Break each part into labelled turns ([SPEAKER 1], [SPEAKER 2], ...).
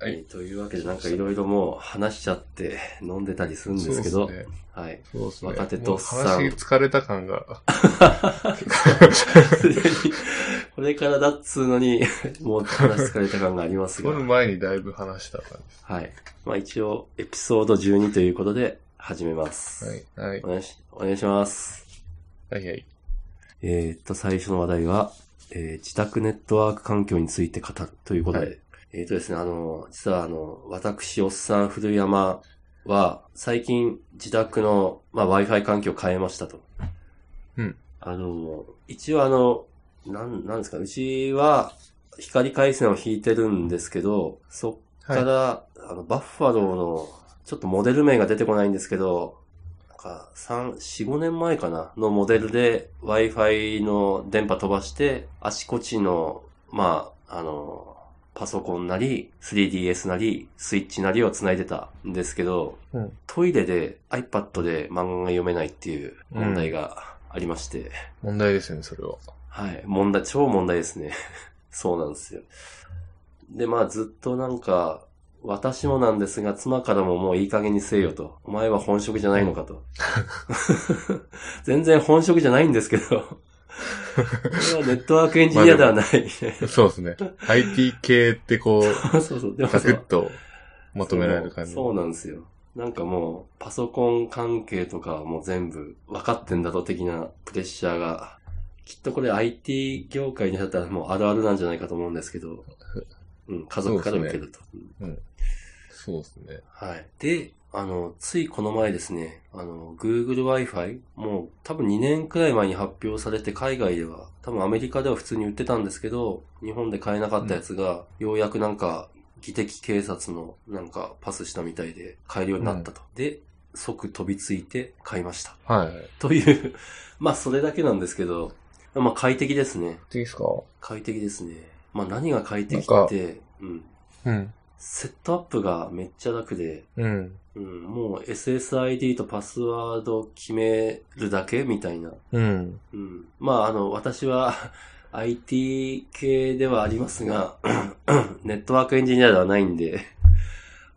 [SPEAKER 1] はい。というわけで、なんかいろいろもう話しちゃって飲んでたりするんですけど、
[SPEAKER 2] そうですね。
[SPEAKER 1] はい。
[SPEAKER 2] そうですね。
[SPEAKER 1] 若手とっさん
[SPEAKER 2] もう話疲れた感が。
[SPEAKER 1] すでに、これからだっつうのに、 もう話疲れた感があります
[SPEAKER 2] 撮る
[SPEAKER 1] が、
[SPEAKER 2] 前にだいぶ話した感じ
[SPEAKER 1] はい。まあ一応、エピソード12ということで、始めま。
[SPEAKER 2] ですす。はい。はい
[SPEAKER 1] お。願いし、お願いします。
[SPEAKER 2] はいはい。
[SPEAKER 1] えー、っと、最初の話題は、えー自宅ネットワーク環境について語るということで、
[SPEAKER 2] は
[SPEAKER 1] えーっとですね、あの、実はあの、私、おっさん、古山は、最近、自宅の、まあ、Wi-Fi 環境を変えましたと。
[SPEAKER 2] うん。
[SPEAKER 1] あの、一応あの、なん、なんですか、うちは、光回線を引いてるんですけど、そっから、あの、バッファローの、ちょっとモデル名が出てこないんですけど、なんか、3、4、5年前かなのモデルで Wi-Fi の電波飛ばして、あちこちの、まあ、あの、パソコンなり、3DS なり、スイッチなりを繋いでたんですけど、
[SPEAKER 2] うん
[SPEAKER 1] トイレで iPad で漫画が読めないっていう問題がありまして、
[SPEAKER 2] 問題ですよね、それは。
[SPEAKER 1] はい。問題、超問題ですね。 そうなんですよ。で、まあずっとなんか、私もなんですが、妻からももういい加減にせよと。お前は本職じゃないのか と。全然本職じゃないんです けど。俺はネットワークエンジニアではない。
[SPEAKER 2] そうですね。IT 系ってこう、
[SPEAKER 1] そうそう。でも
[SPEAKER 2] サク
[SPEAKER 1] そう
[SPEAKER 2] ッと求められる感じ。
[SPEAKER 1] そうそうなんですよ。なんかもう、パソコン関係とかもう全部分かってんだろ的なプレッシャーが、きっとこれ IT 業界にだったらもうあるあるなんじゃないかと思うんですけど、うん、家族から受けると。うん
[SPEAKER 2] そうですね。
[SPEAKER 1] はい。で、あの、ついこの前ですね、あの、Google Wi-Fi、もう多分2年くらい前に発表されて、海外では、多分アメリカでは普通に売ってたんですけど、日本で買えなかったやつが、ようやくなんか、技的警察のなんかパスしたみたいで買えるようになったと。で、即飛びついて買いました。
[SPEAKER 2] はい。い
[SPEAKER 1] という、 まあそれだけなんですけど、まあ快適ですね。
[SPEAKER 2] いですか
[SPEAKER 1] 快適ですね。まあ何が快適
[SPEAKER 2] な
[SPEAKER 1] っ
[SPEAKER 2] んか
[SPEAKER 1] て、うん。
[SPEAKER 2] うん。
[SPEAKER 1] セットアップがめっちゃ楽で、
[SPEAKER 2] うん。
[SPEAKER 1] うん、もう SSID とパスワード決めるだけみたいな。
[SPEAKER 2] うん。
[SPEAKER 1] うん、まあ、あの、私は IT 系ではありますが、 ネットワークエンジニアではないんで、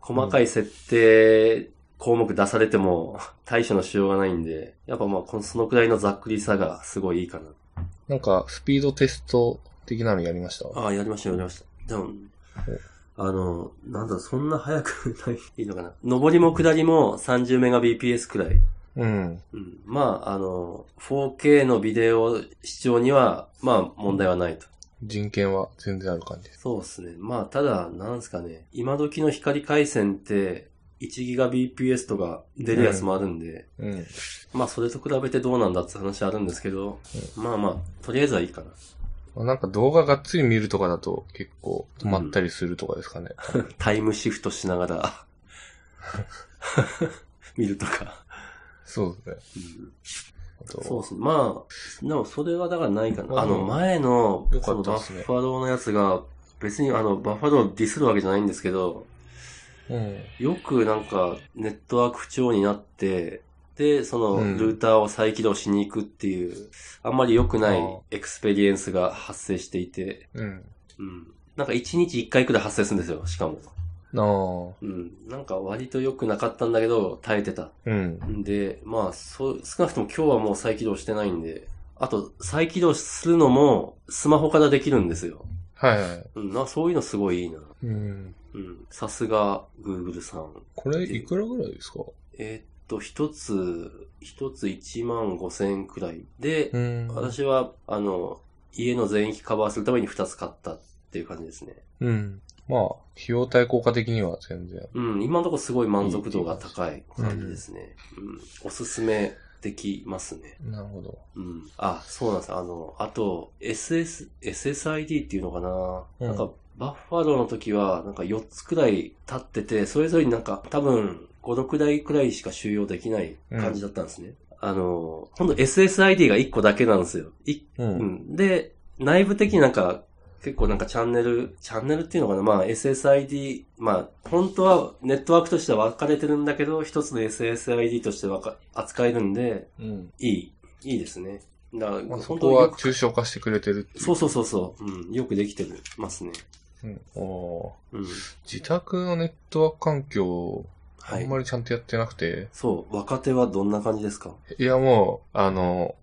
[SPEAKER 1] 細かい設定項目出されても対処のしようがないんで、やっぱまあ、このそのくらいのざっくりさがすごいいいかな。
[SPEAKER 2] なんか、スピードテスト的なのやりました
[SPEAKER 1] ああ、やりました、やりました。でも、あの、なんだ、そんな早くない、いいのかな。上りも下りも 30Mbps くらい。
[SPEAKER 2] うん。
[SPEAKER 1] うん、まあ、あの、4K のビデオ視聴には、まあ、問題はないと。
[SPEAKER 2] 人権は全然ある感じです。
[SPEAKER 1] そうですね。まあ、ただ、なんすかね、今時の光回線って、1GBps とか出るやつもあるんで、
[SPEAKER 2] うん。
[SPEAKER 1] まあ、それと比べてどうなんだって話あるんですけど、まあまあ、とりあえずはいいかな。
[SPEAKER 2] まあなんか動画がっつり見るとかだと結構止まったりするとかですかね。
[SPEAKER 1] タイムシフトしなが ら、見るとか。
[SPEAKER 2] そうですね。あと
[SPEAKER 1] そうそう。まあ、でもそれはだからないか
[SPEAKER 2] あ
[SPEAKER 1] な。あの、前の、そ
[SPEAKER 2] よか
[SPEAKER 1] の
[SPEAKER 2] った
[SPEAKER 1] バ
[SPEAKER 2] ですね
[SPEAKER 1] ッファローのやつが、別にあの、バッファローをディスるわけじゃないんですけど、
[SPEAKER 2] うん。
[SPEAKER 1] よくなんか、ネットワーク不調になって、で、その、
[SPEAKER 2] うん
[SPEAKER 1] ルーターを再起動しに行くっていう、あんまり良くない
[SPEAKER 2] あー
[SPEAKER 1] エクスペリエンスが発生していて、
[SPEAKER 2] うん。
[SPEAKER 1] うん。なんか1日1回くらい発生するんですよ、しかも。
[SPEAKER 2] なあ。
[SPEAKER 1] うん。なんか割と良くなかったんだけど、耐えてた。
[SPEAKER 2] うん。
[SPEAKER 1] で、まあ、そう、少なくとも今日はもう再起動してないんで、あと、再起動するのも、スマホからできるんですよ。
[SPEAKER 2] はいはい。
[SPEAKER 1] うん、な、そういうのすごいいいな。
[SPEAKER 2] うん。
[SPEAKER 1] うん。さすが、Google さん。
[SPEAKER 2] これいくらぐらいですか
[SPEAKER 1] えーっと、一つ、一つ1万5千円くらい。で、
[SPEAKER 2] うん。
[SPEAKER 1] 私は、あの、家の全域カバーするために2つ買ったっていう感じですね。
[SPEAKER 2] うん。まあ、費用対効果的には全然。
[SPEAKER 1] うん、今のところすごい満足度が高い感じですね。うん、おすすめできますね。
[SPEAKER 2] なるほど。
[SPEAKER 1] うん。あ、そうなんです。あの、あと、SS、SSID っていうのかな、
[SPEAKER 2] うん
[SPEAKER 1] なんか、バッファローの時は、なんか4つくらい立ってて、それぞれになんか、多分、5、6台くらいしか収容できない感じだったんですね。あの、今度 SSID が1個だけなんですよ。い
[SPEAKER 2] うん。
[SPEAKER 1] うん。で、内部的になんか、結構なんかチャンネル、チャンネルっていうのかなまあ SSID、まあ本当はネットワークとしては分かれてるんだけど、一つの SSID としてわか扱えるんで、
[SPEAKER 2] うん。
[SPEAKER 1] いい、いいですね。だから、
[SPEAKER 2] まあ、そ
[SPEAKER 1] 本
[SPEAKER 2] こ
[SPEAKER 1] 当よ
[SPEAKER 2] は
[SPEAKER 1] く
[SPEAKER 2] 抽象化してくれてるってい
[SPEAKER 1] そうそうそうそう、うん、よくできてますね。
[SPEAKER 2] う。おー
[SPEAKER 1] うん。
[SPEAKER 2] 自宅のネットワーク環境、
[SPEAKER 1] は
[SPEAKER 2] あん
[SPEAKER 1] い。
[SPEAKER 2] まりちゃんとやってなくて、
[SPEAKER 1] そう、若手はどんな感じですか
[SPEAKER 2] い、やもう、あの、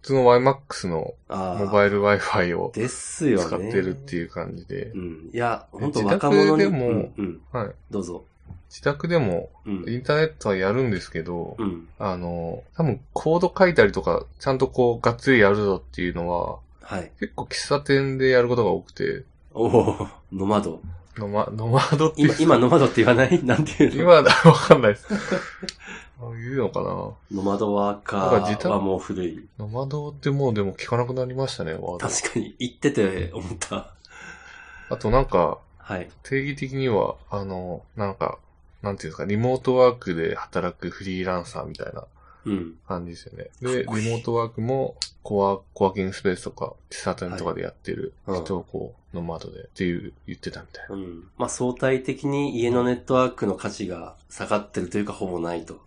[SPEAKER 2] 普通の YMAX の
[SPEAKER 1] ああ。
[SPEAKER 2] モバイル Wi-Fi を
[SPEAKER 1] ですよね。
[SPEAKER 2] 使ってるっていう感じで、
[SPEAKER 1] うん。いや、
[SPEAKER 2] ね
[SPEAKER 1] 本当若者に。
[SPEAKER 2] 自宅でも
[SPEAKER 1] うん、うん
[SPEAKER 2] はい。
[SPEAKER 1] どうぞ。
[SPEAKER 2] 自宅でも
[SPEAKER 1] うん。
[SPEAKER 2] インターネットはやるんですけど、
[SPEAKER 1] うん。
[SPEAKER 2] あの、多分コード書いたりとか、ちゃんとこう、がっつりやるぞっていうのは、
[SPEAKER 1] はい。
[SPEAKER 2] 結構喫茶店でやることが多くて、
[SPEAKER 1] おお、ノマド。
[SPEAKER 2] ノマ、ノマドっていう
[SPEAKER 1] 今、今ノマドって言わない なんていうの
[SPEAKER 2] 今、わかんないです。あ言うのかな
[SPEAKER 1] ノマドワーカ
[SPEAKER 2] なんか自
[SPEAKER 1] ー
[SPEAKER 2] 宅
[SPEAKER 1] はもう古い。
[SPEAKER 2] ノマドってもうでも聞かなくなりましたね、ワード
[SPEAKER 1] 確かに、言ってて思った。
[SPEAKER 2] あとなんか、
[SPEAKER 1] はい。
[SPEAKER 2] 定義的には、あの、なんか、なんていうんですか、リモートワークで働くフリーランサーみたいな
[SPEAKER 1] うん。
[SPEAKER 2] 感じですよね。で、リ
[SPEAKER 1] か
[SPEAKER 2] モ
[SPEAKER 1] っこいい
[SPEAKER 2] ートワークも、コワー、コワーキングスペースとか、喫茶店とかでやってる
[SPEAKER 1] はいうん
[SPEAKER 2] 人をこう、ノマドでっていう、言ってたみたいな。
[SPEAKER 1] うん。まあ相対的に家のネットワークの価値が下がってるというかほぼないと。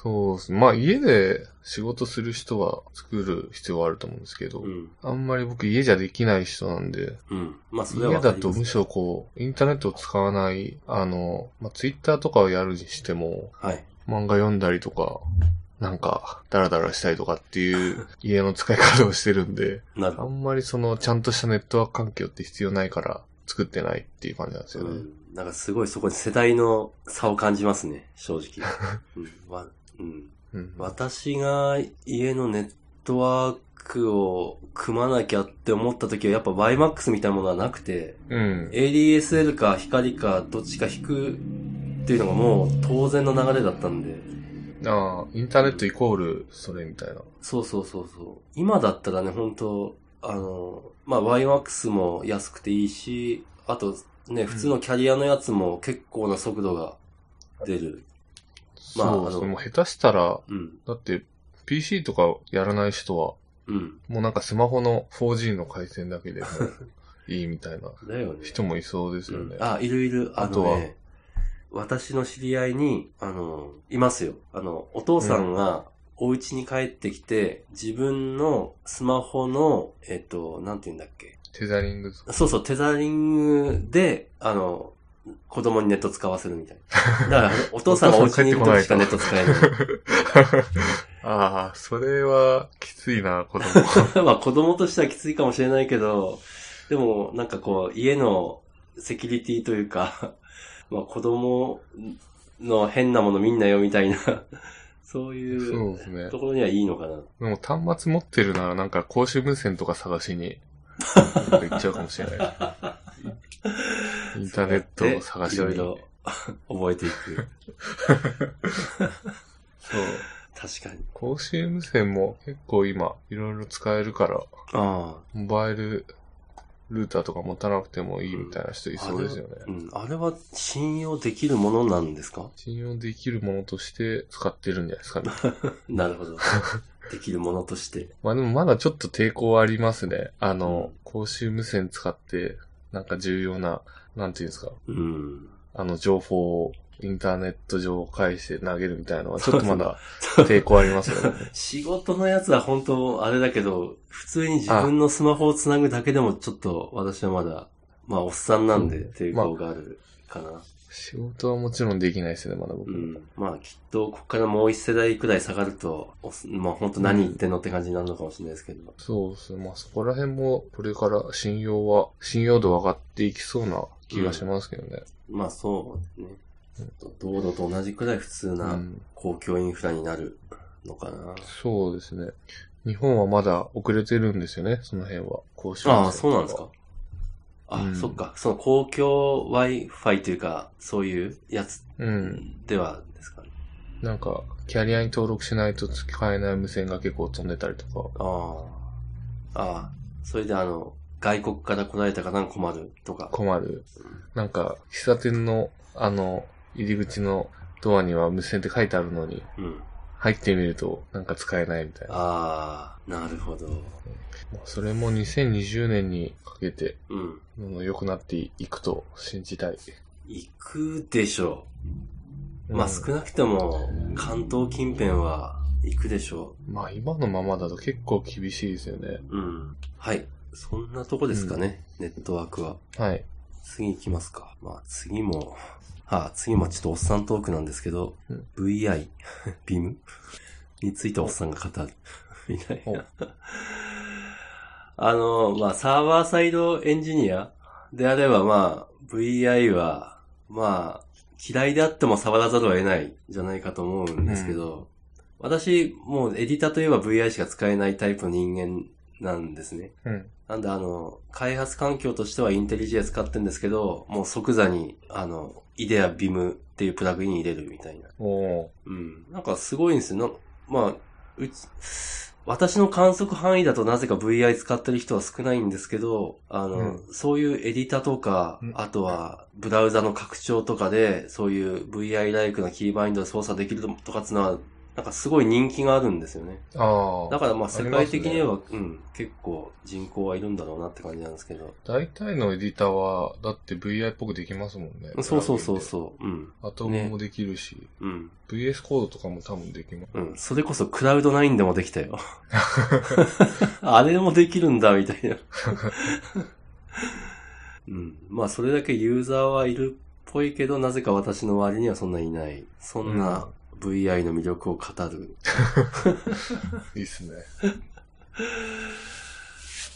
[SPEAKER 2] そうですね。まあ、家で仕事する人は作る必要はあると思うんですけど、
[SPEAKER 1] うん。
[SPEAKER 2] あんまり僕家じゃできない人なんで、
[SPEAKER 1] うん。まあそれは
[SPEAKER 2] 家
[SPEAKER 1] わか
[SPEAKER 2] だ
[SPEAKER 1] り
[SPEAKER 2] と
[SPEAKER 1] ます
[SPEAKER 2] むしろこう、インターネットを使わない、あの、まあ、ツイッターとかをやるにしても、
[SPEAKER 1] はい。
[SPEAKER 2] 漫画読んだりとか、なんか、ダラダラしたりとかっていう 家の使い方をしてるんで、
[SPEAKER 1] なる
[SPEAKER 2] あ
[SPEAKER 1] ほ
[SPEAKER 2] んまりその、ちゃんとしたネットワーク環境って必要ないから、作ってないっていう感じなんです
[SPEAKER 1] ど。
[SPEAKER 2] よ
[SPEAKER 1] う
[SPEAKER 2] ね。
[SPEAKER 1] ん。なんかすごいそこに世代の差を感じますね、正直。 うん。わうん。
[SPEAKER 2] うん。
[SPEAKER 1] 私が家のネットワークを組まなきゃって思った時はやっぱ YMAX みたいなものはなくて、
[SPEAKER 2] うん。
[SPEAKER 1] ADSL か光かどっちか引くっていうのがもう当然の流れだったんで、
[SPEAKER 2] ああ、インターネットイコール、それみたいな。
[SPEAKER 1] そうそうそうそう。今だったらね、本当あの、まあ、YMAX も安くていいし、あとね、普通のキャリアのやつも結構な速度が出る。まあ
[SPEAKER 2] そうですね。
[SPEAKER 1] あの
[SPEAKER 2] もう下手したら、
[SPEAKER 1] うん、
[SPEAKER 2] だって、PC とかやらない人は、
[SPEAKER 1] うん。
[SPEAKER 2] もうなんかスマホの 4G の回線だけでもういいみたいな
[SPEAKER 1] だよね。
[SPEAKER 2] 人もいそうですよね。
[SPEAKER 1] うんあ、いるいる。あ
[SPEAKER 2] あと
[SPEAKER 1] の
[SPEAKER 2] は
[SPEAKER 1] ね、私の知り合いに、あの、いますよ。あの、お父さんが、お家に帰ってきて、自分のスマホの、えっと、なんて言うんだっけ。
[SPEAKER 2] テザリングとか。
[SPEAKER 1] そうそう、テザリングで、あの、子供にネット使わせるみたいな。だから、お父さんがお家にいる時しかネット使えない。
[SPEAKER 2] ああ、それはきついな、子供。
[SPEAKER 1] まあ、子供としてはきついかもしれないけど、でも、なんかこう、家のセキュリティというか、まあ、子供の変なものみんなよみたいな、そういう
[SPEAKER 2] そうですね。
[SPEAKER 1] ところにはいいのかな。
[SPEAKER 2] でも端末持ってるならなんか公衆無線とか探し になんか行っちゃうかもしれない。インターネットを探しに。
[SPEAKER 1] いろいろ覚えていく。
[SPEAKER 2] そう。
[SPEAKER 1] 確かに。
[SPEAKER 2] 公衆無線も結構今いろいろ使えるから、
[SPEAKER 1] ああ。
[SPEAKER 2] モバイルルーターとか持たなくてもいいみたいな人いそうですよね。
[SPEAKER 1] うん。あれは信用できるものなんですか
[SPEAKER 2] 信用できるものとして使ってるんじゃないです かね。
[SPEAKER 1] なるほ ど。できるものとして。
[SPEAKER 2] まあでもまだちょっと抵抗はありますね。あの、公衆無線使って、なんか重要な、なんていうんですか、
[SPEAKER 1] うん。
[SPEAKER 2] あの情報をインターネット上を介して投げるみたいなのはちょっとまだ抵抗ありますよね。
[SPEAKER 1] 仕事のやつは本当あれだけど、普通に自分のスマホをつなぐだけでもちょっと私はまだ、まあおっさんなんで抵抗があるかな。
[SPEAKER 2] 仕事はもちろんできないですね、まだ僕。
[SPEAKER 1] うん。まあきっとここからもう一世代くらい下がると、おっまあ本当何言ってんのって感じになるのかもしれないですけど。
[SPEAKER 2] そうですね。まあそこら辺もこれから信用は、信用度上がっていきそうな気がしますけどね。
[SPEAKER 1] まあそうね。道路と同じくらい普通
[SPEAKER 2] う
[SPEAKER 1] なん公共インフラになるのかな。
[SPEAKER 2] そうですね。日本はまだ遅れてるんですよね、その辺は。公衆無線
[SPEAKER 1] ああ、そうなんですか。あ、
[SPEAKER 2] うん
[SPEAKER 1] そっか。その公共 Wi-Fi というか、そういうやつ
[SPEAKER 2] うん。
[SPEAKER 1] ではですかね。
[SPEAKER 2] なんか、キャリアに登録しないと使えない無線が結構飛んでたりとか。
[SPEAKER 1] ああ。ああ。それであの、外国から来られた方が困るとか。
[SPEAKER 2] 困る。なんか、喫茶店の、あの、入り口のドアには無線って書いてあるのに、
[SPEAKER 1] うん。
[SPEAKER 2] 入ってみると、なんか使えないみたいな。
[SPEAKER 1] ああ、なるほど。
[SPEAKER 2] まあそれも2020年にかけて、
[SPEAKER 1] うん。
[SPEAKER 2] どんどん良くなっていくと信じたい。
[SPEAKER 1] 行くでしょう。まあ
[SPEAKER 2] うん
[SPEAKER 1] 少なくとも、関東近辺は行くでしょ
[SPEAKER 2] まあ今のままだと結構厳しいですよね。
[SPEAKER 1] う。うん。はい。そんなとこですかね、ネットワークは。
[SPEAKER 2] はい。
[SPEAKER 1] 次行きますか。まあ次も、あ、次もちょっとおっさんトークなんですけど、
[SPEAKER 2] うん
[SPEAKER 1] VI、ビー ムについておっさんが語る。みたいな。あの、まあサーバーサイドエンジニアであればまあ VI は、まあ嫌いであっても触らざるを得ないんじゃないかと思うんですけど、私もうエディターといえば VI しか使えないタイプの人間なんですね。
[SPEAKER 2] うん。
[SPEAKER 1] なんであの、開発環境としてはインテリジェ使ってんですけど、もう即座に、あの、イデアビムっていうプラグイン入れるみたいな。
[SPEAKER 2] おー
[SPEAKER 1] うん。なんかすごいんですよ。なまあ、うち、私の観測範囲だとなぜか VI 使ってる人は少ないんですけど、あの、
[SPEAKER 2] う
[SPEAKER 1] そういうエディタとか
[SPEAKER 2] うん、
[SPEAKER 1] あとはブラウザの拡張とかで、そういう VI ライクなキーバインドで操作できるとかっていうのは、なんかすごい人気があるんですよね。
[SPEAKER 2] あ
[SPEAKER 1] だ
[SPEAKER 2] あ。
[SPEAKER 1] からまあ
[SPEAKER 2] あ
[SPEAKER 1] 世
[SPEAKER 2] りますね
[SPEAKER 1] 界的には、うん、結構人口はいるんだろうなって感じなんですけど。
[SPEAKER 2] 大体のエディターは、だって VI っぽくできますもんね。
[SPEAKER 1] そうそうそうそう。うん。
[SPEAKER 2] う。アトムもできるし、
[SPEAKER 1] うん。
[SPEAKER 2] VS コードとかも多分できます。
[SPEAKER 1] うん。それこそクラウド9でもできた よ。 あれもできるんだ、みたい な。うん。まあそれだけユーザーはいるっぽいけど、なぜか私の周りにはそんないない。そんな VI の魅力を語る。
[SPEAKER 2] いいっすね。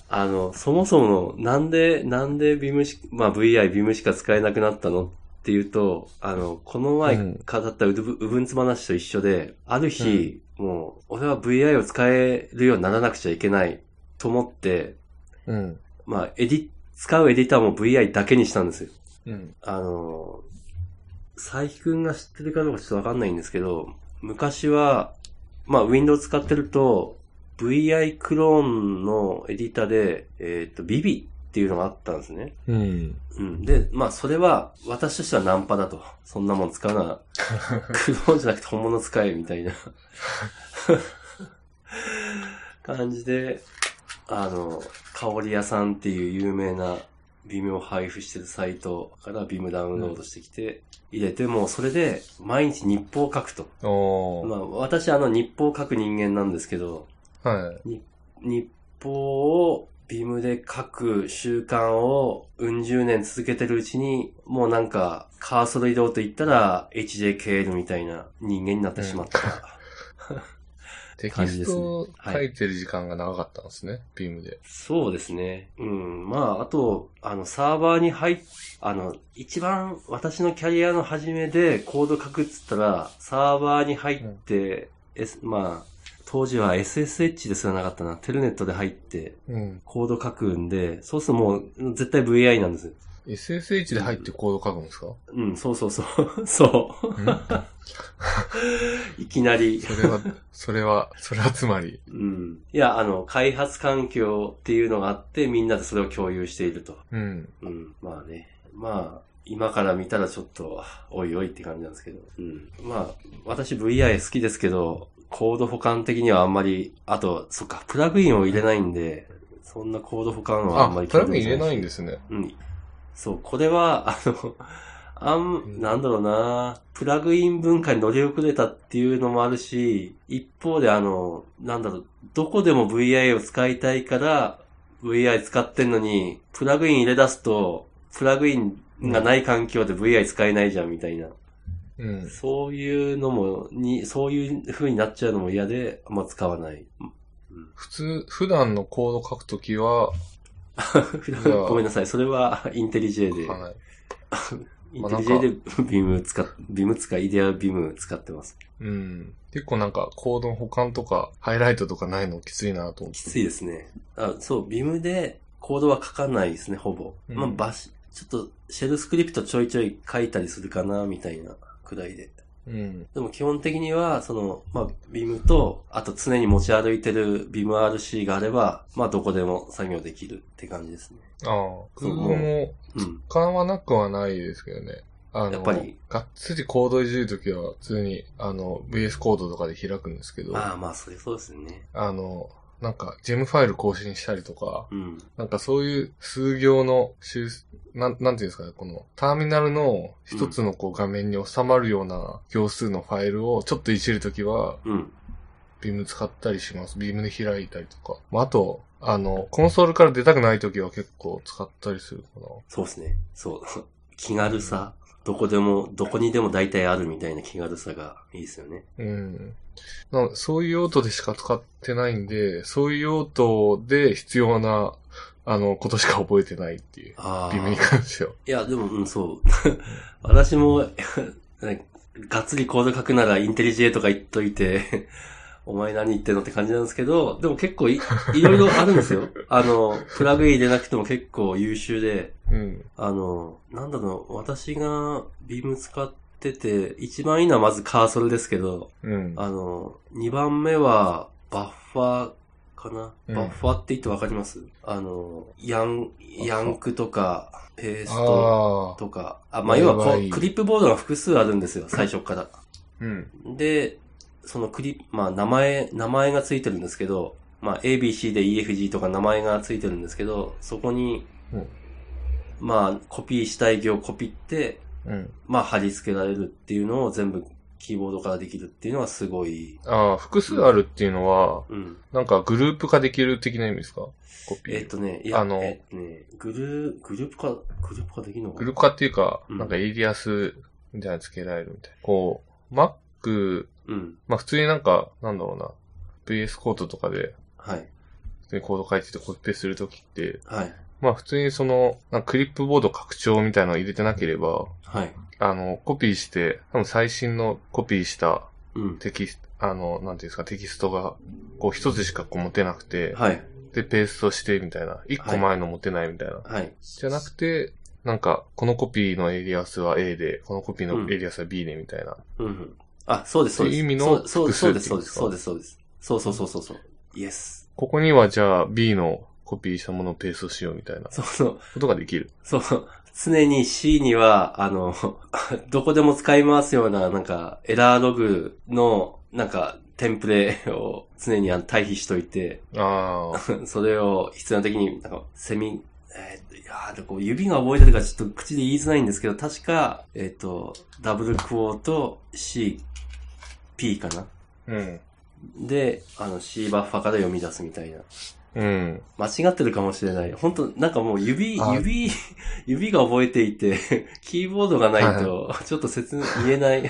[SPEAKER 1] あの、そもそも、なんで、なんでビムし、まあ VI ビムしか使えなくなったのっていうと、あの、この前
[SPEAKER 2] うん
[SPEAKER 1] 語ったうぶ、うぶんつ話と一緒で、ある日、もう、俺は VI を使えるようにならなくちゃいけないと思って、
[SPEAKER 2] うん。
[SPEAKER 1] まあ、エディ、使うエディターも VI だけにしたんですよ。
[SPEAKER 2] うん。
[SPEAKER 1] あの、佐伯くんが知ってるかどうかちょっとわかんないんですけど、昔は、まあ、Windows 使ってると、VI クローンのエディタで、えっ、と、ビビっていうのがあったんですね。
[SPEAKER 2] うん。
[SPEAKER 1] うん。で、まあ、それは、私としてはナンパだと。そんなもん使うなら、クローンじゃなくて本物使え、みたいな感じで、あの、香り屋さんっていう有名なビムを配布してるサイトからビムダウンロードしてきて、入れて、もうそれで毎日日報を書くと。
[SPEAKER 2] おー。
[SPEAKER 1] まあ、私あの日報を書く人間なんですけど、
[SPEAKER 2] はい。
[SPEAKER 1] 日報をビムで書く習慣をうん十年続けてるうちに、もうなんかカーソル移動と言ったら HJKL みたいな人間になってしまった。
[SPEAKER 2] テ
[SPEAKER 1] 感
[SPEAKER 2] キ
[SPEAKER 1] じで
[SPEAKER 2] ス
[SPEAKER 1] すね
[SPEAKER 2] トを書いてる時間が長かったんですね、ビームで。
[SPEAKER 1] そうですね。うん。まあ、あと、あの、サーバーに入っ、あの、一番私のキャリアの初めでコード書くっつったら、サーバーに入って、S、まあ、当時は SSH ですらなかったな。テルネットで入って、
[SPEAKER 2] うん。
[SPEAKER 1] コード書くんで、そうするともう絶対 VI なんですよ。
[SPEAKER 2] SSH で入ってコード書くんですか、
[SPEAKER 1] うん、そうそうそう。 そう。
[SPEAKER 2] ん、
[SPEAKER 1] いきなり。
[SPEAKER 2] それは、それは、それはつまり。
[SPEAKER 1] うん。いや、あの、開発環境っていうのがあって、みんなでそれを共有していると。
[SPEAKER 2] うん。
[SPEAKER 1] うん、まあね。まあ、今から見たらちょっと、おいおいって感じなんですけど。うん。まあ、私 VI 好きですけど、コード保管的にはあんまり、あと、そっか、プラグインを入れないんで、そんなコード保管はあ
[SPEAKER 2] あ
[SPEAKER 1] んまり、。
[SPEAKER 2] プラグイン入れないいんですね。
[SPEAKER 1] うん。そう、これは、あの、あん、なんだろうなプラグイン文化に乗り遅れたっていうのもあるし、一方であの、なんだろう、どこでも VI を使いたいから、VI 使ってんのに、プラグイン入れ出すと、プラグインがない環境で VI 使えないじゃんみたいな。
[SPEAKER 2] うん。
[SPEAKER 1] そういうのも、に、そういう風になっちゃうのも嫌で、あんま使わない。
[SPEAKER 2] 普通、普段のコード書くときは、
[SPEAKER 1] ごめんなさい、それは インテリジェで。
[SPEAKER 2] はい。
[SPEAKER 1] インテリジェでビーム使っ、ビーム使い、イデアビーム使ってます。
[SPEAKER 2] うん。結構なんか、コードの保管とか、ハイライトとかないのきついなと思っ
[SPEAKER 1] き
[SPEAKER 2] て。
[SPEAKER 1] ついですね。あそう、ビームでコードは書かないですね、ほぼ。
[SPEAKER 2] うん
[SPEAKER 1] まあ、バシ、ちょっとシェルスクリプトちょいちょい書いたりするかな、みたいなくらいで。
[SPEAKER 2] うん。
[SPEAKER 1] でも基本的には、その、まあ、ビームと、あと常に持ち歩いてるビーム RC があれば、まあ、どこでも作業できるって感じですね。
[SPEAKER 2] ああ、僕も、
[SPEAKER 1] うん。
[SPEAKER 2] 保管はなくはないですけどね。あの、
[SPEAKER 1] やっぱり
[SPEAKER 2] がっつりコードいじるときは、普通に、あの、VS コードとかで開くんですけど、
[SPEAKER 1] ああ、まあ、それそうですよね。
[SPEAKER 2] あの、なんか、ジェムファイル更新したりとか、
[SPEAKER 1] うん。
[SPEAKER 2] なんかそういう数行の修、なん、なんていうんですかね、この、ターミナルの一つのこう画面に収まるような行数のファイルをちょっといじるときは、
[SPEAKER 1] うん。
[SPEAKER 2] ビーム使ったりします。ビームで開いたりとか。まあ、あと、あの、コンソールから出たくない時は結構使ったりするかな。
[SPEAKER 1] そうですね。そう。 気軽さ。どこでも、どこにでも大体あるみたいな気軽さがいいですよね。
[SPEAKER 2] うん。なそういう用途でしか使ってないんで、そういう用途で必要な、あの、ことしか覚えてないっていう。
[SPEAKER 1] ああ。
[SPEAKER 2] 微妙に関しては。
[SPEAKER 1] いや、でも、うん、そう。 私も、 ねがっつりコード書くならインテリジェとか言っといて、 お前何言ってんのって感じなんですけど、でも結構い、いろいろあるんですよ。 あの、プラグイン入れなくても結構優秀で、
[SPEAKER 2] うん。
[SPEAKER 1] あの、なんだろう、私がビーム使ってて、一番いいのはまずカーソルですけど、
[SPEAKER 2] うん。
[SPEAKER 1] あの、2番目は、バッファーかな、
[SPEAKER 2] うん
[SPEAKER 1] バッファーって言ってわかりますあの、ヤン、ヤンクとか、ペースト
[SPEAKER 2] ああ。
[SPEAKER 1] とか、あまあ、要はこ
[SPEAKER 2] やば
[SPEAKER 1] う、
[SPEAKER 2] い
[SPEAKER 1] クリップボードが複数あるんですよ、最初から。
[SPEAKER 2] うん。
[SPEAKER 1] で、そのクリップ、まあ、名前、名前がついてるんですけど、まあ、ABC で EFG とか名前がついてるんですけど、そこに、
[SPEAKER 2] うん
[SPEAKER 1] まあ、コピーしたい行コピって、
[SPEAKER 2] うん。
[SPEAKER 1] まあ、貼り付けられるっていうのを全部キーボードからできるっていうのはすごい、
[SPEAKER 2] ああ、複数あるっていうのは、
[SPEAKER 1] うん。
[SPEAKER 2] なんかグループ化できる的な意味ですかコピー。
[SPEAKER 1] えっとね、いや、
[SPEAKER 2] あの
[SPEAKER 1] えっとね、グルー、グループ化、グループ化できるのか
[SPEAKER 2] グループ化っていうか、
[SPEAKER 1] うん
[SPEAKER 2] なんかエリアスみたいなの付けられるみたいな。こう、Mac、
[SPEAKER 1] うん。
[SPEAKER 2] まあ普通になんか、なんだろうな、VS コードとかで、
[SPEAKER 1] はい。
[SPEAKER 2] 普通にコード書いててコピペするときって、
[SPEAKER 1] はい。
[SPEAKER 2] まあ普通にその、なんかクリップボード拡張みたいなのを入れてなければ、
[SPEAKER 1] はい。
[SPEAKER 2] あの、コピーして、多分最新のコピーした
[SPEAKER 1] うん。
[SPEAKER 2] テキスト、あの、なんていうんですか、テキストが、こう一つしかこう持てなくて、
[SPEAKER 1] はい。
[SPEAKER 2] で、ペーストしてみたいな、一個前の持てないみたいな。
[SPEAKER 1] はい。
[SPEAKER 2] じゃなくて、なんか、このコピーのエリアスは A で、このコピーのエリアスは B でみたいな。
[SPEAKER 1] うん。あ、そうです、そうです。
[SPEAKER 2] っていう意味の
[SPEAKER 1] そうそうそうです、そう
[SPEAKER 2] 複
[SPEAKER 1] です、
[SPEAKER 2] 数
[SPEAKER 1] そ
[SPEAKER 2] っ
[SPEAKER 1] うです、そうです。そうそうそうそうそう。イエス。
[SPEAKER 2] ここにはじゃあ B のコピーしたものをペーストしようみたいなこ
[SPEAKER 1] そうそう。
[SPEAKER 2] とができる。
[SPEAKER 1] そう。常に C には、あの、 どこでも使い回すような、なんか、エラーログの、なんか、テンプレを常にあの対比しといて、
[SPEAKER 2] ああ。
[SPEAKER 1] それを必要な時に、なんか、セミ、えーっと、いやーでこう指が覚えてるからちょっと口で言いづらいんですけど、確か、えーっ、と、ダブルクォーと C、P かな。
[SPEAKER 2] うん。
[SPEAKER 1] で、あの C バッファから読み出すみたいな。
[SPEAKER 2] うん。
[SPEAKER 1] 間違ってるかもしれない。本当なんかもう指、
[SPEAKER 2] あ
[SPEAKER 1] 指、指が覚えていて、 キーボードがないと、ちょっと説明言えない。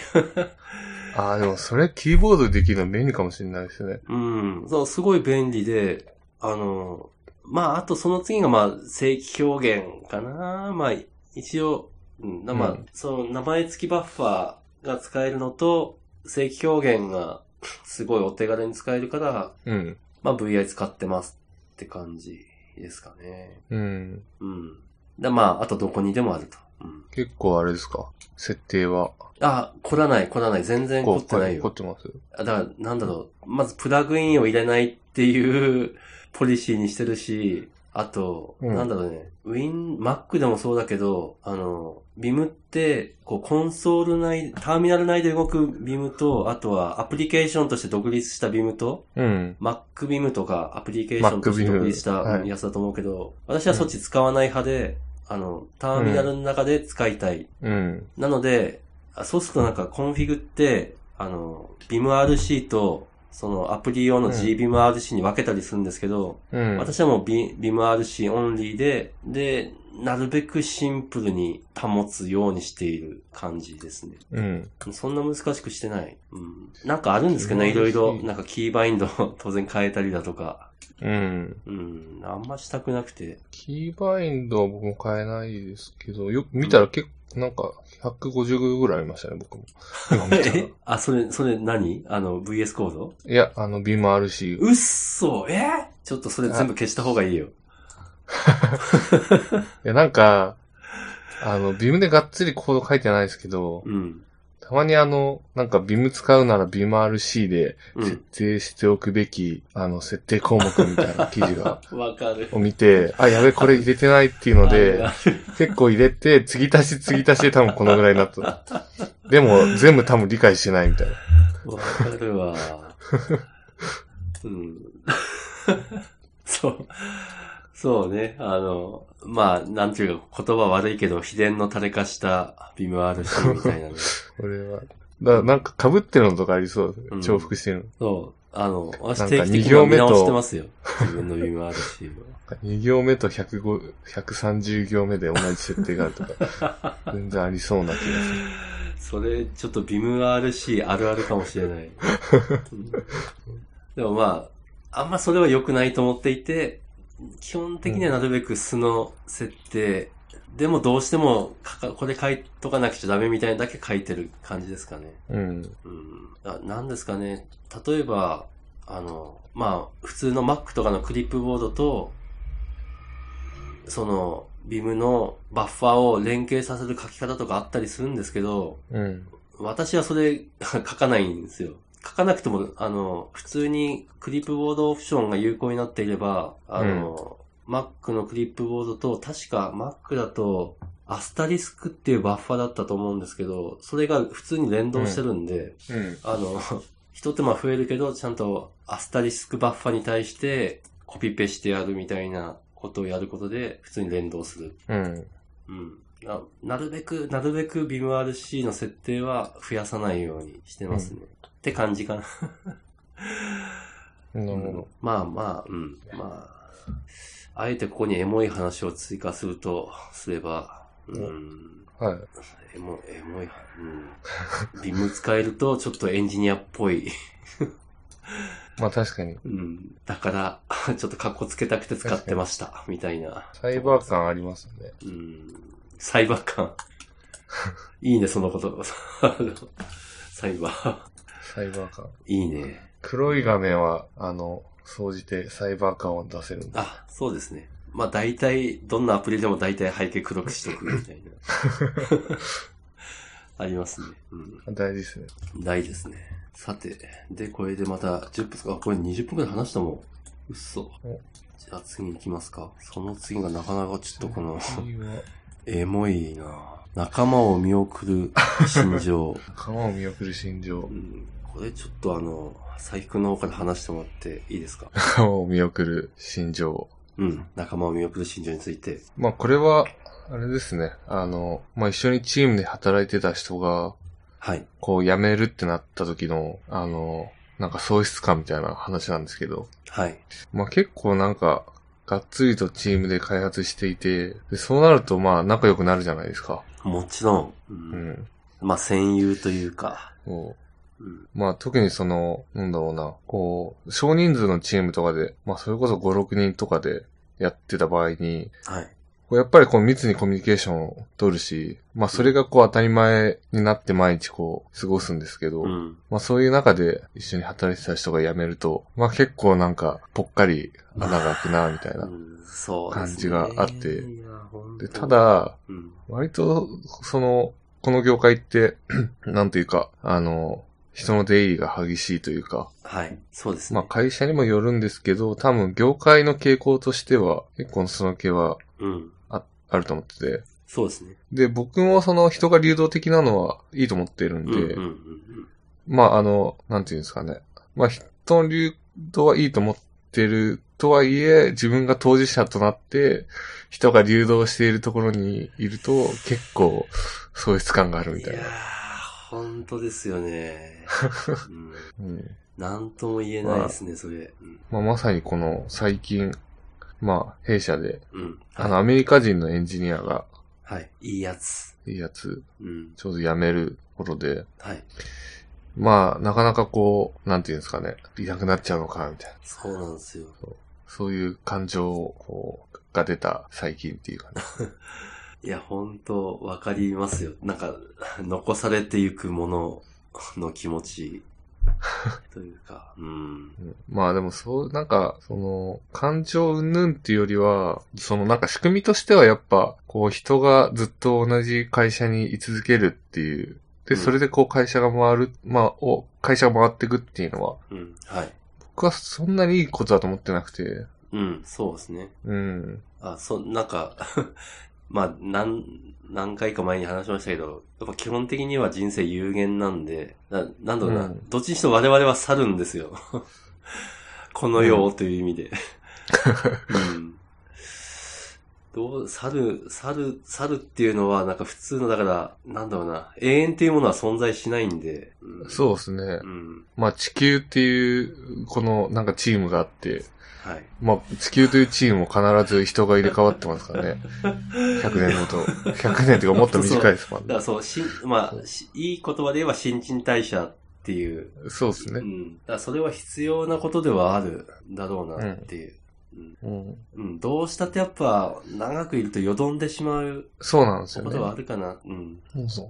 [SPEAKER 2] ああ、でもそれキーボードでできるの便利かもしれないですね。
[SPEAKER 1] うん。そう、すごい便利で、あの、まあ、あとその次が、まあ、正規表現かな。まあ、一応、うん、まあ、
[SPEAKER 2] うん
[SPEAKER 1] その名前付きバッファーが使えるのと、正規表現がすごいお手軽に使えるから、
[SPEAKER 2] うん。
[SPEAKER 1] まあ、VI 使ってますって感じですかね。
[SPEAKER 2] うん。
[SPEAKER 1] うん。で、まあ、あとどこにでもあると。うん。
[SPEAKER 2] 結構あれですか設定は。
[SPEAKER 1] あ、凝らない、凝らない。全然凝ってない
[SPEAKER 2] 凝
[SPEAKER 1] よ。
[SPEAKER 2] ってます。
[SPEAKER 1] あだから、なんだろう。まず、プラグインを入れないっていう ポリシーにしてるし、あと、
[SPEAKER 2] うん
[SPEAKER 1] なんだろうね。Win、Mac でもそうだけど、あの、Vim って、こう、コンソール内、ターミナル内で動く Vim と、あとは、アプリケーションとして独立した Vim と、
[SPEAKER 2] うん。
[SPEAKER 1] Mac Vim とかアプリケーションとして
[SPEAKER 2] Mac Vim
[SPEAKER 1] 独立した
[SPEAKER 2] はい
[SPEAKER 1] やつだと思うけど、私はそっち使わない派で、あの、ターミナルの中で使いたい。
[SPEAKER 2] うん。
[SPEAKER 1] なので、あそうするとなんかコンフィグって、あの、BIMRC と、そのアプリ用の
[SPEAKER 2] うん
[SPEAKER 1] GBIMRC に分けたりするんですけど、
[SPEAKER 2] うん。
[SPEAKER 1] 私はもう B- BIMRC オンリーで、で、なるべくシンプルに保つようにしている感じですね。
[SPEAKER 2] うん。
[SPEAKER 1] そんな難しくしてない。うん。なんかあるんですけどね、いろいろ。なんかキーバインドを 当然変えたりだとか。
[SPEAKER 2] うん。
[SPEAKER 1] うん。あんましたくなくて。
[SPEAKER 2] キーバインドは僕も買えないですけど、よく見たら結構、なんか、150ぐらいありましたね、僕も。今見たら
[SPEAKER 1] えあ、それ、それ何あの、VS コード
[SPEAKER 2] いや、あの、ビーム RC。
[SPEAKER 1] うっそえーちょっとそれ全部消した方がいいよ。
[SPEAKER 2] いや、なんか、あの、ビームでがっつりコード書いてないですけど、
[SPEAKER 1] うん。
[SPEAKER 2] たまにあの、なんかビーム使うならビーム RC で
[SPEAKER 1] う
[SPEAKER 2] 設
[SPEAKER 1] ん。
[SPEAKER 2] 定しておくべき、あの、設定項目みたいな記事が、
[SPEAKER 1] わかる。
[SPEAKER 2] を見て、あ、やべ、これ入れてないっていうので、
[SPEAKER 1] ある
[SPEAKER 2] 結構入れて、継ぎ足し継ぎ足しで多分このぐらいになった。でも、全部多分理解してないみたいな。
[SPEAKER 1] あるわかるわ。うん。 そう。そうね。あの、まあ、なんていうか言葉悪いけど、秘伝の垂れ化したビム RC みたいなね。
[SPEAKER 2] これは。だからなんか被ってるのとかありそう。
[SPEAKER 1] うん
[SPEAKER 2] 重複してる
[SPEAKER 1] そあの、
[SPEAKER 2] な
[SPEAKER 1] 私
[SPEAKER 2] ん
[SPEAKER 1] 定
[SPEAKER 2] か
[SPEAKER 1] 期的
[SPEAKER 2] 二
[SPEAKER 1] に
[SPEAKER 2] 行
[SPEAKER 1] 見
[SPEAKER 2] 目と
[SPEAKER 1] 直してますよ。自分の指もあるし。
[SPEAKER 2] 2行目と105 130行目で同じ設定があるとか、 全然ありそうな気がする。
[SPEAKER 1] それ、ちょっとビム RC あるあるかもしれない。でもまあ、あんまそれは良くないと思っていて、基本的にはなるべく素の設定、でもどうしてもかか、これ書いとかなくちゃダメみたいなのだけ書いてる感じですかね。
[SPEAKER 2] うん。
[SPEAKER 1] うん、あなんですかね、例えば、あの、まあ、普通の Mac とかのクリップボードと、その、VIM のバッファーを連携させる書き方とかあったりするんですけど、
[SPEAKER 2] うん。
[SPEAKER 1] 私はそれ書かないんですよ。書かなくても、あの、普通にクリップボードオプションが有効になっていれば、あの、Mac のクリップボードと、確か Mac だと、アスタリスクっていうバッファーだったと思うんですけど、それが普通に連動してるんで、
[SPEAKER 2] うん。
[SPEAKER 1] あの、一手間増えるけど、ちゃんとアスタリスクバッファに対してコピペしてやるみたいなことをやることで、普通に連動する。
[SPEAKER 2] うん。
[SPEAKER 1] うん。ななるべく、なるべく VimRC の設定は増やさないようにしてますね。って感じかな。
[SPEAKER 2] なるほ
[SPEAKER 1] うんまあまあ、うん。まあ、あえてここにエモい話を追加するとすれば、うん。
[SPEAKER 2] ど。はい。
[SPEAKER 1] エモい、エモい、うん。ビム使えるとちょっとエンジニアっぽい。
[SPEAKER 2] まあ確かに、
[SPEAKER 1] うん。だから、ちょっとカッコつけたくて使ってました、みたいな。
[SPEAKER 2] サイバー感ありますね。
[SPEAKER 1] うん。サイバー感。いいね、そのこと。 サイバー。
[SPEAKER 2] サイバー感。
[SPEAKER 1] いいね。
[SPEAKER 2] 黒い画面は、あの、総じてサイバー感を出せるんで。
[SPEAKER 1] あ、そうですね。まあ大体、どんなアプリでも大体背景黒くしとくみたいな。 ありますね。うん。
[SPEAKER 2] 大事ですね。
[SPEAKER 1] 大ですね。さて、で、これでまた10分とか、あこれ20分くらい話したもん。嘘
[SPEAKER 2] お。
[SPEAKER 1] じゃあ次に行きますか。その次がなかなかちょっとこ の、
[SPEAKER 2] 次は
[SPEAKER 1] エモいな仲間を見送る心 情。
[SPEAKER 2] 仲間を見送る心情
[SPEAKER 1] う。ん、これちょっとあの、佐伯の方から話してもらっていい ですか
[SPEAKER 2] 仲間を見送る心情。
[SPEAKER 1] うん。仲間を見送る心情について。
[SPEAKER 2] まあこれは、あれですね。あの、まあ一緒にチームで働いてた人が、
[SPEAKER 1] はい。
[SPEAKER 2] こう辞めるってなった時の、あの、なんか喪失感みたいな話なんですけど、
[SPEAKER 1] はい。
[SPEAKER 2] まあ結構なんか、がっつりとチームで開発していて、でそうなるとまあ仲良くなるじゃないですか。
[SPEAKER 1] もちろん。う。
[SPEAKER 2] うんん。
[SPEAKER 1] まあ、戦友というか。
[SPEAKER 2] もう
[SPEAKER 1] うん。
[SPEAKER 2] まあ特にその、なんだろうな、こう、少人数のチームとかで、まあそれこそ5、6人とかでやってた場合に、
[SPEAKER 1] はい。
[SPEAKER 2] こうやっぱりこう密にコミュニケーションを取るし、まあそれがこう当たり前になって毎日こう過ごすんですけど、
[SPEAKER 1] うん。
[SPEAKER 2] まあそういう中で一緒に働いてた人が辞めると、まあ結構なんかぽっかり穴が開くな、みたいな
[SPEAKER 1] う。んそうですね。
[SPEAKER 2] 感じがあって
[SPEAKER 1] いや本当
[SPEAKER 2] で、ただ、
[SPEAKER 1] うん。
[SPEAKER 2] 割と、その、この業界って、 なんというか、あの、人の出入りが激しいというか、
[SPEAKER 1] はい。そうですね。
[SPEAKER 2] まあ会社にもよるんですけど、多分業界の傾向としては、結構その気は
[SPEAKER 1] うん。
[SPEAKER 2] ああると思ってて、
[SPEAKER 1] そうですね。
[SPEAKER 2] で、僕もその人が流動的なのはいいと思ってるん
[SPEAKER 1] う
[SPEAKER 2] で、
[SPEAKER 1] ん。うん。うんうん。
[SPEAKER 2] まああの、なんていうんですかね。まあ人の流動はいいと思ってるとはいえ、自分が当事者となって、人が流動しているところにいると、結構、喪失感があるみたい
[SPEAKER 1] や
[SPEAKER 2] な。
[SPEAKER 1] ー、本当ですよ ね。うん。
[SPEAKER 2] うん
[SPEAKER 1] なんとも言えないですね、それ。うん。
[SPEAKER 2] まあ、まさにこの最近、まあ、弊社で、
[SPEAKER 1] うん。
[SPEAKER 2] あの、アメリカ人のエンジニアが、
[SPEAKER 1] はい。いいやつ。
[SPEAKER 2] いいやつ、
[SPEAKER 1] うん。
[SPEAKER 2] ちょうど辞める頃で、
[SPEAKER 1] はい。
[SPEAKER 2] まあ、なかなかこう、なんていうんですかね、いなくなっちゃうのか、みたいな。
[SPEAKER 1] そうなんですよ。
[SPEAKER 2] そういう感情を、こう、が出た最近っていうかね。
[SPEAKER 1] いや、本当わかりますよ。なんか、残されていくものの気持ち。というか、うん。
[SPEAKER 2] うんまあでもそう、なんか、その、感情云々っていうよりは、そのなんか仕組みとしてはやっぱ、こう人がずっと同じ会社に居続けるっていう。
[SPEAKER 1] う
[SPEAKER 2] で、
[SPEAKER 1] ん
[SPEAKER 2] それでこう会社が回る、まあ、を、会社が回っていくっていうのは、
[SPEAKER 1] うん。はい。
[SPEAKER 2] 僕はそんなにいいことだと思ってなくて、
[SPEAKER 1] うん、そうですね。
[SPEAKER 2] うん。
[SPEAKER 1] あ、そ、なんか、 まあ、何、何回か前に話しましたけど、やっぱ基本的には人生有限なんで、な、なんだろうな、
[SPEAKER 2] うん
[SPEAKER 1] どっちにしても我々は去るんですよ。 この世をという意味で。うん。どう、去る、去る、去るっていうのは、なんか普通の、だから、なんだろうな、永遠っていうものは存在しないんで、うん
[SPEAKER 2] そうですね。
[SPEAKER 1] うん。
[SPEAKER 2] まあ地球っていう、このなんかチームがあって、
[SPEAKER 1] はい。
[SPEAKER 2] まあ地球というチームも必ず人が入れ替わってますからね。100年ごと。100年というかもっと短いですも
[SPEAKER 1] だ
[SPEAKER 2] んね
[SPEAKER 1] からそう、しん、まあ、しいい言葉で言えば新陳代謝っていう。
[SPEAKER 2] そうです
[SPEAKER 1] う
[SPEAKER 2] ね。
[SPEAKER 1] ん。だからそれは必要なことではあるんだろうなっていう。
[SPEAKER 2] うん、
[SPEAKER 1] うん。どうしたってやっぱ、長くいるとよどんでしまう
[SPEAKER 2] そうなんですよ
[SPEAKER 1] こ
[SPEAKER 2] ね。
[SPEAKER 1] とはあるかな。うん。
[SPEAKER 2] そうそう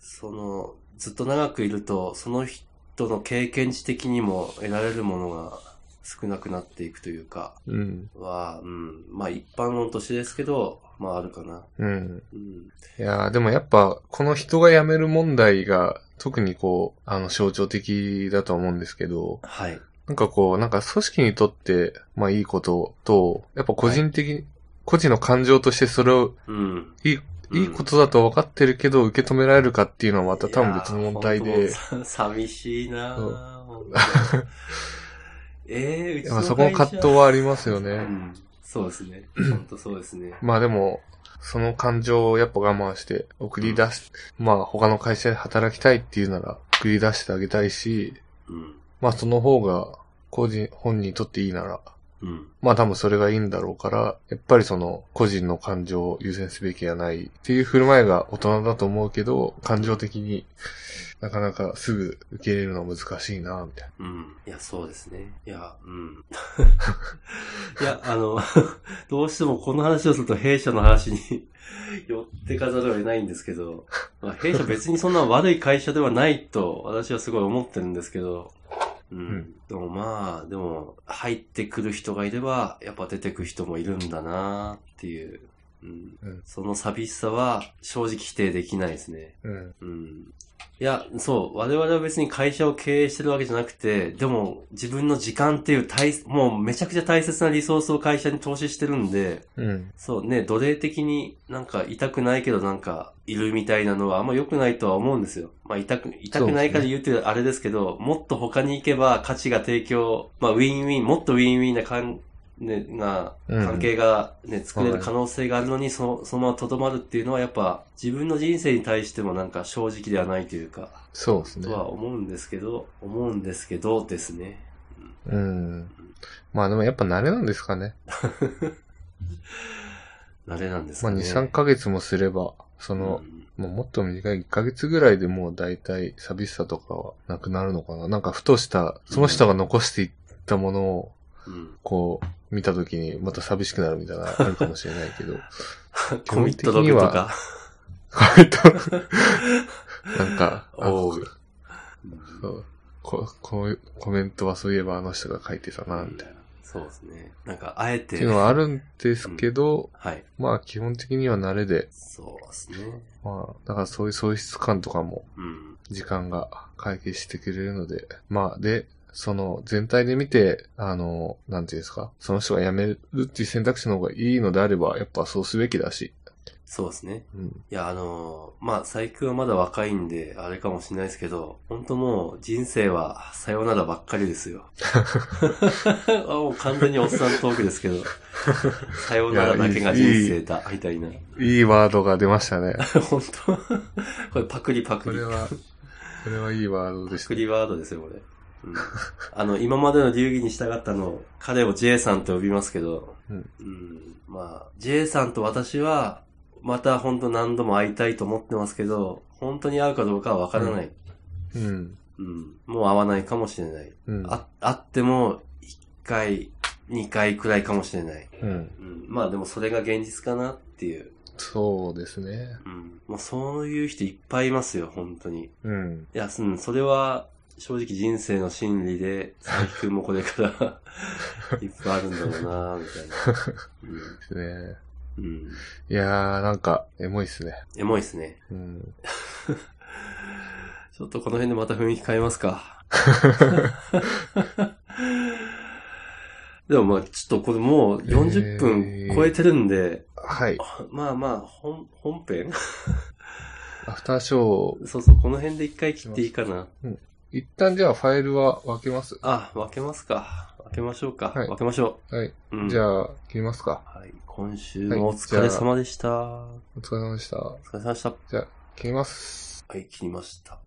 [SPEAKER 1] その、ずっと長くいると、その人の経験値的にも得られるものが少なくなっていくというか、
[SPEAKER 2] うん。
[SPEAKER 1] は、うん、まあ一般論としてですけど、まああるかな。
[SPEAKER 2] うん。
[SPEAKER 1] うん。
[SPEAKER 2] いやーでもやっぱ、この人が辞める問題が、特にこう、あの、象徴的だと思うんですけど、
[SPEAKER 1] はい。
[SPEAKER 2] なんかこう、なんか組織にとって、まあいいことと、やっぱ個人的に、個人の感情としてそれを、
[SPEAKER 1] うん。
[SPEAKER 2] いい、
[SPEAKER 1] うん
[SPEAKER 2] いいことだと分かってるけど、受け止められるかっていうのはまた多分別の問題
[SPEAKER 1] いや
[SPEAKER 2] で、
[SPEAKER 1] ー。本当寂しいな
[SPEAKER 2] うん
[SPEAKER 1] ぁ。本当 ええうち
[SPEAKER 2] ま
[SPEAKER 1] の
[SPEAKER 2] あそこの
[SPEAKER 1] 会社
[SPEAKER 2] 葛藤はありますよ
[SPEAKER 1] う
[SPEAKER 2] ね。
[SPEAKER 1] ん。そうです ね。本当そうですね。
[SPEAKER 2] まあでも、その感情をやっぱ我慢して送り出し、まあ他の会社で働きたいっていうなら送り出してあげたいし、
[SPEAKER 1] うん。
[SPEAKER 2] まあその方が個人、本人にとっていいなら、
[SPEAKER 1] うん。
[SPEAKER 2] まあ多分それがいいんだろうから、やっぱりその個人の感情を優先すべきやないっていう振る舞いが大人だと思うけど、感情的になかなかすぐ受け入れるのは難しいなみたい
[SPEAKER 1] うん。いや、そうですね。いや、うん。 いや、あの、 どうしてもこの話をすると弊社の話に 寄ってかざるを得ないんですけど、まあ、弊社別にそんな悪い会社ではないと私はすごい思ってるんですけど、うん。
[SPEAKER 2] ん
[SPEAKER 1] でもまあ、でも、入ってくる人がいれば、やっぱ出てく人もいるんだなっていう、うん。
[SPEAKER 2] うん
[SPEAKER 1] その寂しさは正直否定できないですね。
[SPEAKER 2] な。うん。
[SPEAKER 1] うんいや、そう。我々は別に会社を経営してるわけじゃなくて、でも自分の時間っていう大、もうめちゃくちゃ大切なリソースを会社に投資してるんで、
[SPEAKER 2] うん。
[SPEAKER 1] そうね、奴隷的になんか痛くないけどなんかいるみたいなのはあんま良くないとは思うんですよ。まあ痛く、痛くないから言うってあれですけど、もっと他に行けば価値が提供、まあウィンウィン、もっとウィンウィンな関ね、が、
[SPEAKER 2] うん
[SPEAKER 1] 関係がね、作れる可能性があるのに、その、そのままとどまるっていうのはやっぱ自分の人生に対してもなんか正直ではないというか、
[SPEAKER 2] そうですね
[SPEAKER 1] と。は思うんですけど、思うんですけどですね。
[SPEAKER 2] うん。まあでもやっぱ慣れなんですかね。
[SPEAKER 1] 慣れなんです
[SPEAKER 2] ま
[SPEAKER 1] か
[SPEAKER 2] あ
[SPEAKER 1] ね。
[SPEAKER 2] 2、3ヶ月もすれば、その、
[SPEAKER 1] うん
[SPEAKER 2] まあもっと短い1ヶ月ぐらいでもう大体寂しさとかはなくなるのかな。なんかふとした、その人が残していったものを、
[SPEAKER 1] うん。
[SPEAKER 2] こう、見た時にまた寂しくなるみたいな、あるかもしれないけど。
[SPEAKER 1] コミットドッグとか。
[SPEAKER 2] 割となんか、あ
[SPEAKER 1] おう
[SPEAKER 2] そうここういうコメントはそういえばあの人が書いてたな、みたいな。っ
[SPEAKER 1] そうですね。なんか、あえ
[SPEAKER 2] て
[SPEAKER 1] て。
[SPEAKER 2] いうのはあるんですけど、
[SPEAKER 1] はい。
[SPEAKER 2] まあ基本的には慣れで、
[SPEAKER 1] そうですね。
[SPEAKER 2] まあ、だからそういう喪失感とかも
[SPEAKER 1] うん。
[SPEAKER 2] 時間が解決してくれるので、まあ、で、その全体で見て、あの、なんていうんですか、その人が辞めるっていう選択肢の方がいいのであれば、やっぱそうすべきだし、
[SPEAKER 1] そうですね。
[SPEAKER 2] うん、
[SPEAKER 1] いや、あのーまあ、最近はまだ若いんで、あれかもしれないですけど、本当もう、人生は、さよならばっかりです よ。あもう完全におっさんトークですけど、さよならだけが人生だ、みたいな。
[SPEAKER 2] いいワードが出ましたね。
[SPEAKER 1] 本当 これパクリパ
[SPEAKER 2] こ
[SPEAKER 1] クリ
[SPEAKER 2] れ。は、これはいいワードでし
[SPEAKER 1] ク
[SPEAKER 2] た。
[SPEAKER 1] リワードですよ、これ。うん、 あの、今までの流儀に従ったのを、彼を J さんと呼びますけど、
[SPEAKER 2] うん
[SPEAKER 1] まあ、J さんと私は、また本当何度も会いたいと思ってますけど、本当に会うかどうかはわからない、
[SPEAKER 2] うん。
[SPEAKER 1] うん。もう会わないかもしれない。
[SPEAKER 2] うん。
[SPEAKER 1] あ、会っても、1回、2回くらいかもしれない。
[SPEAKER 2] うん。
[SPEAKER 1] うん、まあでもそれが現実かなっていう。
[SPEAKER 2] そうですね。
[SPEAKER 1] うん、もうそういう人いっぱいいますよ、本当に。
[SPEAKER 2] うん。
[SPEAKER 1] いや、うん、それは、正直人生の真理で、佐伯くんもこれから、 いっぱいあるんだろうなみたいな。
[SPEAKER 2] ですね。
[SPEAKER 1] うん。うん。
[SPEAKER 2] いやー、なんか、エモいっすね。
[SPEAKER 1] エモいっすね。
[SPEAKER 2] うん。
[SPEAKER 1] ちょっとこの辺でまた雰囲気変えます か。でもまあ、ちょっとこれもう40
[SPEAKER 2] え
[SPEAKER 1] 分
[SPEAKER 2] ー
[SPEAKER 1] 超えてるんで、
[SPEAKER 2] はい。
[SPEAKER 1] まあまあ、本、本編
[SPEAKER 2] アフターショー、
[SPEAKER 1] そうそう、この辺で一回切っていいかな。
[SPEAKER 2] 一旦じゃあファイルは分けます。
[SPEAKER 1] あ、分けますか。分けましょうか。
[SPEAKER 2] はい
[SPEAKER 1] 分けましょ
[SPEAKER 2] はい。
[SPEAKER 1] う。うん。
[SPEAKER 2] じゃあ、切りますか。
[SPEAKER 1] はい、今週もお疲れ様でした。
[SPEAKER 2] お疲れ様でした。
[SPEAKER 1] お疲れ様でした。
[SPEAKER 2] じゃあ、切ります。
[SPEAKER 1] はい、切りました。